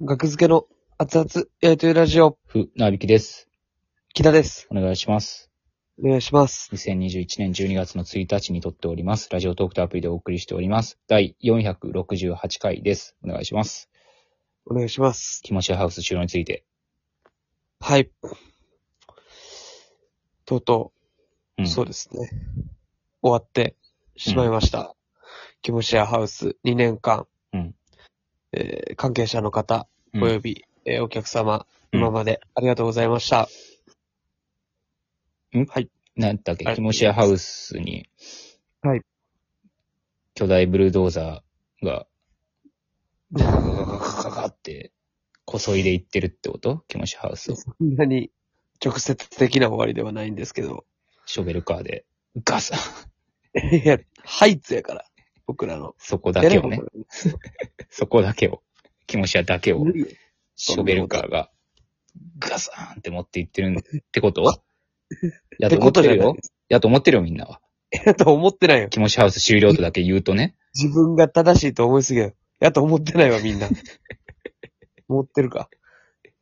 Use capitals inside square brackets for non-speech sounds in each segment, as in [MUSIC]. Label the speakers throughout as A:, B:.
A: 学付けの熱々やりとりラジオ、
B: ふ、なびきです。
A: 木田です。
B: お願いします。
A: お願いします。
B: 2021年12月の1日に撮っております。ラジオトークとアプリでお送りしております。第468回です。お願いします。
A: お願いします。
B: 気持ちハウス収納について。
A: はい。とうと
B: う
A: う、
B: ん。
A: そうですね。終わってしまいました。キムシェアハウス2年間、
B: うん
A: えー関係者の方、
B: うん
A: および、えーお客様、
B: うん
A: 今までありがとうございま
B: [LAUGHS]
A: した。
B: なんだっけ、
A: はい
B: キモシアハウスに、
A: はい。
B: 巨大ブルドーザーが、ガガガガガガガって、こそいでいってるってことキモシアハウスを。
A: そんなに直接的な終わりではないんですけど、
B: ショベルカーで。ガサ
A: いや、ハイツやから、僕らの。
B: そこだけを
A: やれ
B: ね
A: ば。こ
B: そこだけを。キモシアだけ
A: れ
B: を。
A: 無理よ
B: ショベルカーが、ガサーンって持っていってるんってことやと思っ
A: ってこと
B: てる
A: じゃない
B: よ
A: で。
B: やと思ってるよ、みんなは。
A: や [LAUGHS] と思ってないよ。
B: 気持ちハウス終了とだけ言うとね。
A: 自分が正しいと思いすぎや。やと思ってないわ、み
B: [LAUGHS]
A: んな。思ってるか。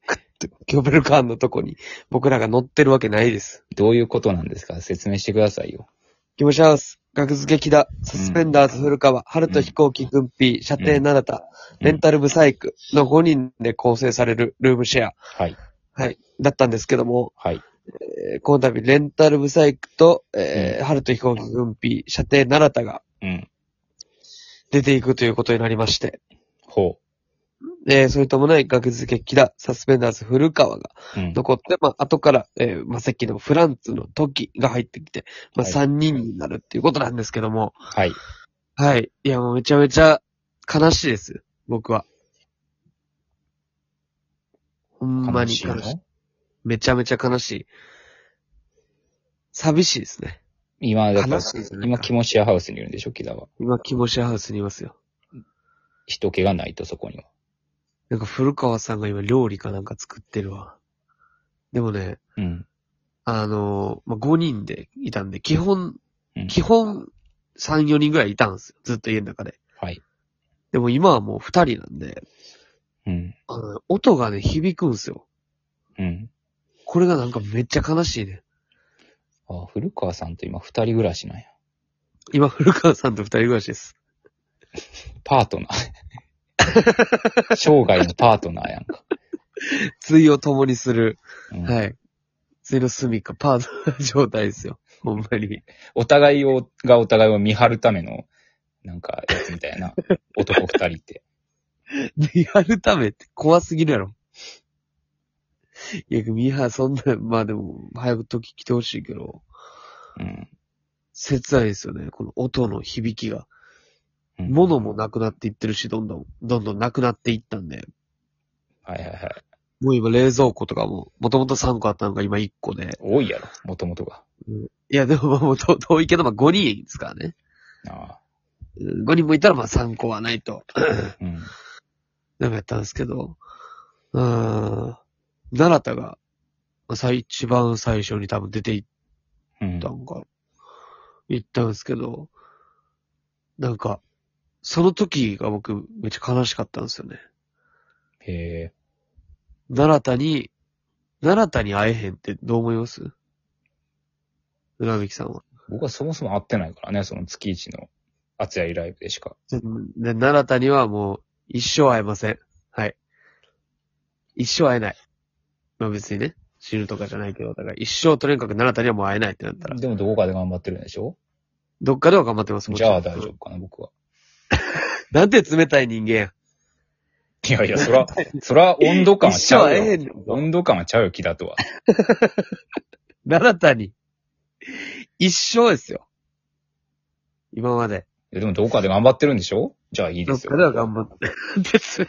A: クッと、キョベルカーンのとこに僕らが乗ってるわけないです。
B: どういうことなんですか説明してくださいよ。
A: キムシャウス、学付け木田、サスペンダーズ古川、春と飛行機軍ピー、射程七田、
B: うん
A: レンタルブサイクの5人で構成されるルームシェア。
B: はい。
A: はい。だったんですけども、
B: はい。
A: えーこの度、レンタルブサイクと、えー春と飛行機軍ピー、射程七田が
B: うん。
A: 出ていくということになりまして、
B: ほ
A: えー、それともない学付け木田、サスペンダーズ古川が
B: う。うん。
A: 残って、まあ、後から、えー、まあ、さっきのフランツの時が入ってきて、まあ、
B: は
A: 3
B: い
A: 人になるっていうことなんですけども、
B: はい。
A: はい。いや、もうめちゃめちゃ悲しいです。僕は。ほんまに
B: 悲しいの
A: 悲しいめちゃめちゃ悲しい。寂しいですね。
B: 今、だから
A: 悲しいですね
B: 今、キモシアハウスにいるんでしょ、キダは。
A: 今、キモシハウスにいますよ。
B: 人気がないと、そこには。
A: なんか古川さんが今料理かなんか作ってるわ。でもね、
B: うん。
A: あのーまあ、5人でいたんで、基本、
B: うん
A: 基本3、4人ぐらいいたんですよ。ずっと家の中で。
B: はい。
A: でも今はもう2人なんで、
B: うん。
A: あのね、音がね、響くんすよ。
B: うん。
A: これがなんかめっちゃ悲しいね。
B: あ、古川さんと今、二人暮らしなんや。
A: 今、古川さんと2人暮らしです。 [LAUGHS]
B: パートナ
A: [LAUGHS]
B: ー。生涯のパートナーやんか。
A: 対を共にする、
B: うん
A: はい。対の住みか、パートナー状態ですよ。 [LAUGHS] ほんまに。
B: お互いを、がお互いを見張るための、なんか、やつみた
A: [LAUGHS]
B: いな。男二人って。
A: 見張るためって怖すぎるやろ。いや、見張、そんな、まあでも、早く時来てほしいけど。
B: うん。
A: 切ないですよね。この音の響きが。
B: うん
A: 物もなくなっていってるし、どんどん、どんどんなくなっていったんで。
B: はいはいはい。
A: もう今冷蔵庫とかも、もともと3個あったのが今1個で。
B: 多いやろ、もともとが。
A: いや、でももうと遠いけど、 [LAUGHS] まあ5人ですからね。
B: あ
A: うん5人もいたらまあ3個はないと。
B: あ。うん。
A: でもやったんですけど。うーん。奈良田が、まあ最、一番最初に多分出ていっ
B: うん
A: た。んか、行ったんですけど、なんか、その時が僕、めっちゃ悲しかったんですよね。
B: へえ。
A: 奈良田に、奈良田に会えへんってどう思います浦きさんは。
B: 僕はそもそも会ってないからね、その月一の熱やりライブでしか。
A: で、奈良田にはもう一生会えません。はい。一生会えない。まあ別にね、死ぬとかじゃないけど、だから一生とにかく奈良田にはもう会えないってなったら、
B: でもどこかで頑張ってるんでしょ
A: どっかでは頑張ってます。もち
B: じ
A: ろん
B: ゃあ大丈夫。かな、僕は。
A: なんて冷たい人間や。
B: いやいや、そ
A: [LAUGHS]
B: ら、そら温度感はちゃ
A: 一生会えへ
B: うんよ。
A: の
B: 温度感はちゃうよ、木だとは。
A: 奈良田に。一生ですよ。今まで。
B: いやでもどこかで頑張ってるんでしょじゃあいい
A: ど
B: で
A: っ
B: す
A: かでは
B: よ。
A: 頑張って。です。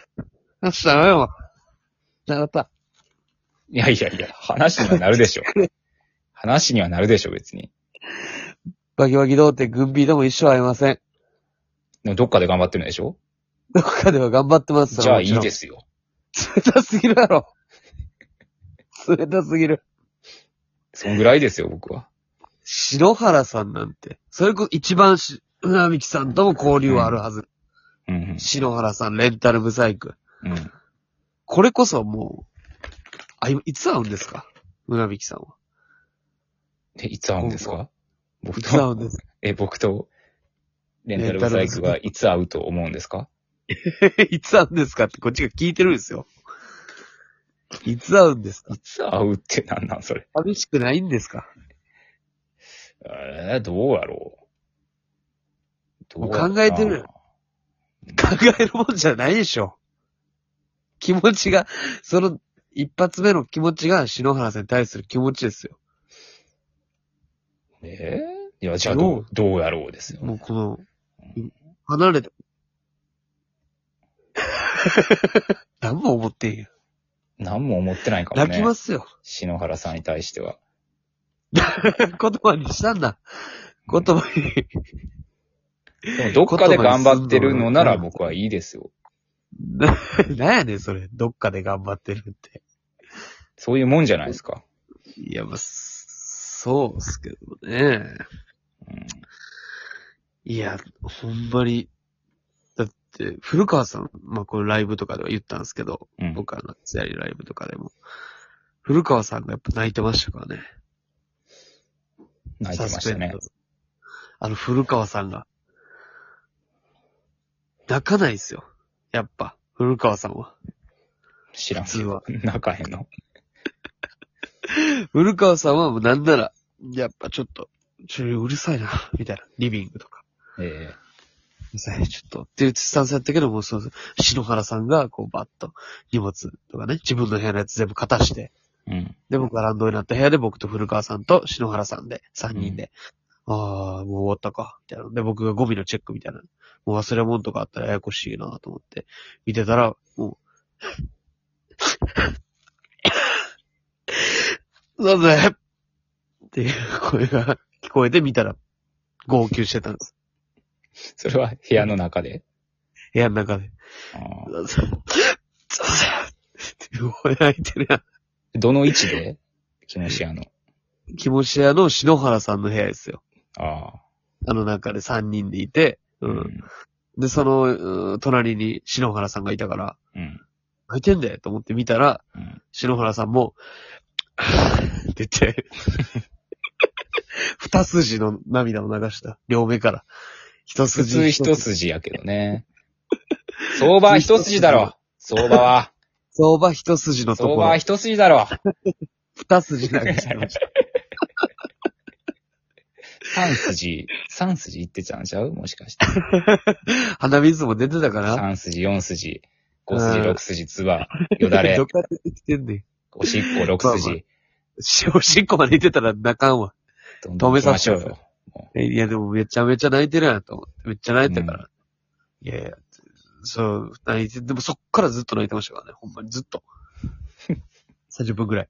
A: 明日会よ。奈良田。
B: いやいやいや、話にはなる
A: [LAUGHS]
B: でしょ。話にはなるでしょ、別に。
A: バキバキ童貞、軍備でも一生会えません。
B: でもどっかで頑張ってるんでしょ
A: どこかでは頑張ってます。。
B: じゃあいいですすよ。
A: 冷たすぎるやろ。冷たすぎる。
B: そんぐらいですよ、僕は。
A: 篠原さんなんて。それこそ一番し、船引さんとも交流はあるはず。
B: うん
A: 篠原さん、レンタルブサイク。
B: うん。うん。
A: これこそもう、あ、いいつ会うんですか村引さんは。
B: え、いつ会うんですか僕
A: いつ会
B: と、
A: うんですか [LAUGHS]
B: え、僕と、レンタルブサイクがいつ会うと思うんですか
A: いつ会うんですかってこっちが聞いてるんですよ。いつ会うんですか
B: いつ会うってなんなんそれ。
A: 寂しくないんですか [LAUGHS]
B: えー、どうやろう。どうやろう
A: もう考えてるよ考えるもんじゃないでしょ。気持ちが、その一発目の気持ちが篠原さんに対する気持ちですよ。
B: なえーいや、じゃあどう、どうやろうですよ。
A: もうこの、離れて。 [LAUGHS] 何も思ってんよ。
B: 何も思ってないかもね。
A: 泣きますよ。
B: 篠原さんに対しては。
A: 言葉にしたんだ。言葉に。 [LAUGHS]
B: でも、どっかで頑張ってるのなら
A: 言葉にすんの
B: 僕はいいですよ。
A: な、なんやねん、それ。どっかで頑張ってるって。
B: そういうもんじゃないですか。
A: いや、まあ、そうっすけどね。
B: うん
A: いや、ほんまに。だって、古川さん、まあ、このライブとかでは言ったんですけど、
B: うん
A: 僕は夏やりライブとかでも。古川さんがやっぱ泣いてましたからね。
B: 泣いてましたね
A: サスペン。ド。あの、古川さんが。泣かないですよ。やっぱ、古川さんは。
B: 知らんけ
A: 普通
B: ど [LAUGHS]
A: は。
B: 泣かへんの。
A: 古川さんはもうなんなら、やっぱちょっと、ちょ、うるさいな、みたいな。リビングとか。
B: え
A: うるさい、ちょっと。っていうスタンスやったけども、そうそう。篠原さんが、こう、バッと、荷物とかね、自分の部屋のやつ全部片して。
B: えうん。
A: で、僕がランドになった部屋で、僕と古川さんと篠原さんで、3人で。ああ、もう終わったか、みたいな。で、僕がゴミのチェックみたいな。もう忘れ物とかあったらややこしいなと思って、見てたら、もう、 [LAUGHS] なんだよっていう声が聞こえて見たら、号泣してたんです。
B: それは部屋の中で。
A: 部屋の中で。[LAUGHS]
B: あー
A: なんだよなんだよっていう声泣いてるやん。
B: どの位置で気持ち屋の。
A: 気持ち屋の篠原さんの部屋ですよ。
B: あ
A: あの中で3人でいて、
B: あ。
A: う。
B: うんん。
A: で、その、うん隣に篠原さんがいたから、
B: うん。
A: 泣いてんだよと思って見たら、
B: うん
A: 篠原さんも、 [LAUGHS] って言って、 [LAUGHS] 二筋の涙を流した。両目から。一
B: 普
A: 筋。
B: 通一。筋やけどね。相場は一筋だろ。相場
A: [LAUGHS]
B: は。
A: 相場一筋のと
B: 相
A: こ
B: 場は
A: ろ。
B: 一筋だろ。
A: 二筋流
B: [LAUGHS]
A: してました。
B: 三筋、三筋いってちゃうんちゃうもしかして。
A: 鼻水も出てたから。
B: 三筋、四筋、五
A: う
B: 筋、
A: ん
B: 六筋、つば、よだ
A: [LAUGHS]
B: れ
A: どっ、から出てきてんねん。
B: おしっこ、六
A: まあま
B: 筋。
A: おしっこまで出てたら泣かんわ。
B: どんどん行きましょう
A: 止め
B: よ。
A: えいや、でもめちゃめちゃ泣いてるやんと思って。めっちゃ泣いてたから。いやいや、そう、泣いて、でもそっからずっと泣いてましたからね。ほんまにずっ [LAUGHS] と。30分ぐらい。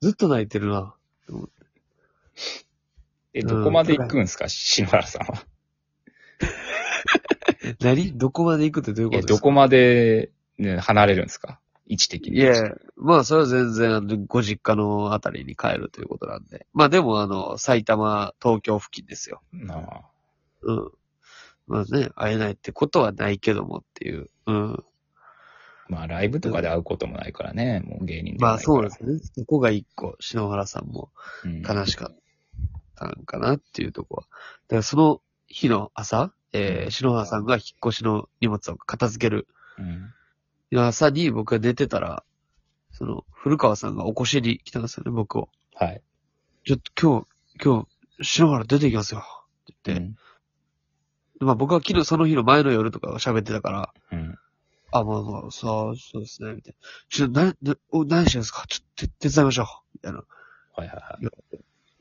A: ずっと泣いてるな。
B: え、どこまで行くんすか篠原さんは。
A: 何どこまで行くってどういうこ
B: え、
A: とで
B: ど
A: すか
B: こまで、ね、離れるんですか位置的に。
A: いや、まあそれは全然、あのご実家のあたりに帰るということなんで。まあでも、あの、埼玉、東京付近ですよ。
B: なあ。
A: うん。まあね、会えないってことはないけどもっていう。うん。
B: まあ、ライブとかで会うこともないからね、もう芸人でも
A: まあ
B: ないか
A: そ
B: ら
A: うですね。そこが一個、篠原さんも。
B: うん
A: 悲しかったんかなっていうとこは。だからその日の朝、え
B: う
A: ー、
B: ん
A: 篠原さんが引っ越しの荷物を片付ける
B: うん
A: 朝に僕が寝てたら、その、古川さんが起こしに来たんですよね、僕を。
B: はい。
A: ちょっと今日、今日、篠原出てきますよ。って言って。
B: うん
A: でまあ僕は昨日、その日の前の夜とか喋ってたから、
B: うん。
A: あ、まあまあ、そう、そうですね、みたいな。ちょっと、な、な、お何してるんですかちょっと手手伝いましょう。みたいな。
B: はいはいは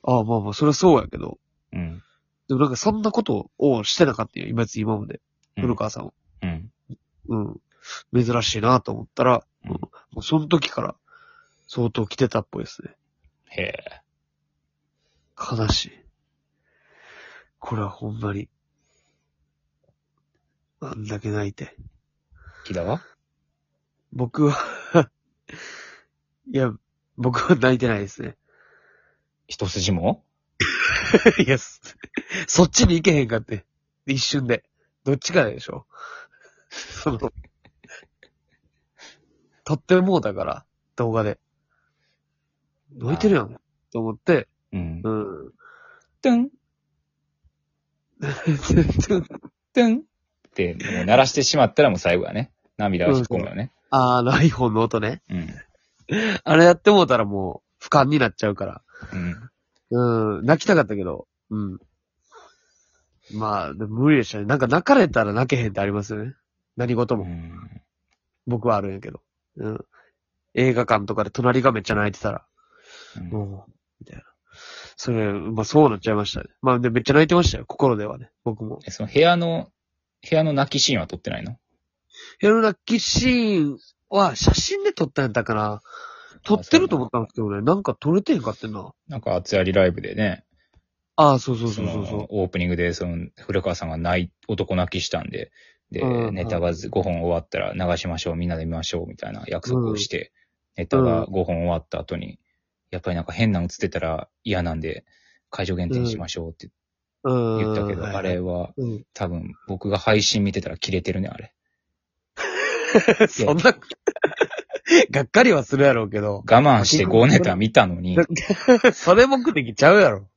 A: ああ、まあまあ、それはそうやけど。
B: い。うん。
A: でもなんかそんなことをしてなかったよ、今今まで。
B: うん
A: 古川さんは。
B: うん。
A: うん。珍しいなと思ったら、う
B: う
A: んん、もうその時から相当来てたっぽいですね。
B: へえ。
A: 悲しい。これはほんまに。あんだけ泣いて。
B: 木田は
A: 僕は、 [LAUGHS] いや、僕は泣いてないですね。
B: 一筋も
A: [LAUGHS] いや、そそっちに行けへんかって。 [LAUGHS] 一瞬で。どっちかでしょ。その、撮ってもうたから、動画で。泣いてるやん。と思って、
B: うん
A: う。ん。 [LAUGHS]
B: トゥン、トゥンって、もう鳴らしてしまったらもう最後はね、涙を引っ込むよね。
A: あー、あの iPhone の音ね。
B: うん。
A: あれやってもうたらもう、不完になっちゃうから。
B: うん。
A: うん、泣きたかったけど、うん。まあ、でも無理でしたね。なんか泣かれたら泣けへんってありますよね。何事
B: う
A: も。
B: ん
A: 僕はあるんやけど。うん。映画館とかで隣がめっちゃ泣いてたら、
B: うん
A: もう、みたいな。それ、まあそうなっちゃいましたね。まあでめっちゃ泣いてましたよ。心ではね。僕も。
B: えその部屋の、部屋の泣きシーンは撮ってないの
A: ヘロラッキーシーンは写真で撮ったんやったかな。撮ってると思ったんですけどね、なんか撮れてへんかってんな。
B: なんか、厚やりライブでね、
A: ああ、そうそう
B: そ
A: そうそうそう
B: の。オープニングで、その、古川さんが泣い、男泣きしたんで、で、
A: うん
B: ネタがず5本終わったら流しましょう、みんなで見ましょう、みたいな約束をして、ネタが5本終わった後に、やっぱりなんか変なの映ってたら嫌なんで、会場限定にしましょうって
A: うん。
B: 言ったけど、
A: はい
B: あれは
A: うん。
B: 多分僕が配信見てたら切れてるね、あれ。
A: そんな、 [LAUGHS] がっかりはするやろうけど。 [LAUGHS]
B: 我慢して5ネタ見たのに、い
A: それ目的ちゃうやろ。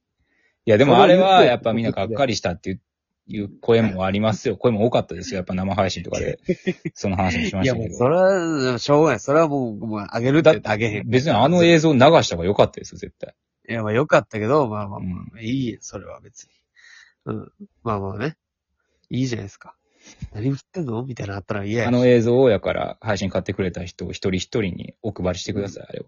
B: やでもあれはやっぱみんながっかりしたっていう、いう声もありますよ。声も多かったですよ。やっぱ生配信とか
A: [LAUGHS]
B: で、その話もしま
A: い
B: し
A: や
B: た
A: も
B: け
A: う、そ
B: ど。
A: れは、しょうがない。それはもう、もうあげるって言ってあげへん。
B: 別にあの映像流した方が良かったですよ、絶対。
A: いや、まあよかったけど、まあまあ
B: う、ん。
A: いいや、それは別に。うん。まあまあね。いいじゃないです
B: [LAUGHS]
A: か。何言ってんのみたいなのあったら嫌や。
B: あの映像をやから配信買ってくれた人を一人一人にお配りしてください、あれを。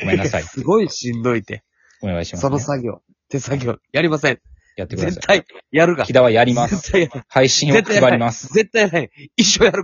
B: ごめんなさい。
A: すごいしんどいって。
B: お願いします、
A: その作業。手作業。やりません。
B: やってくだ
A: 絶
B: さい。
A: 対、やるが。
B: 木田はやります。
A: 絶対やる
B: 配信を配ります。
A: 絶対やらへん。一生やる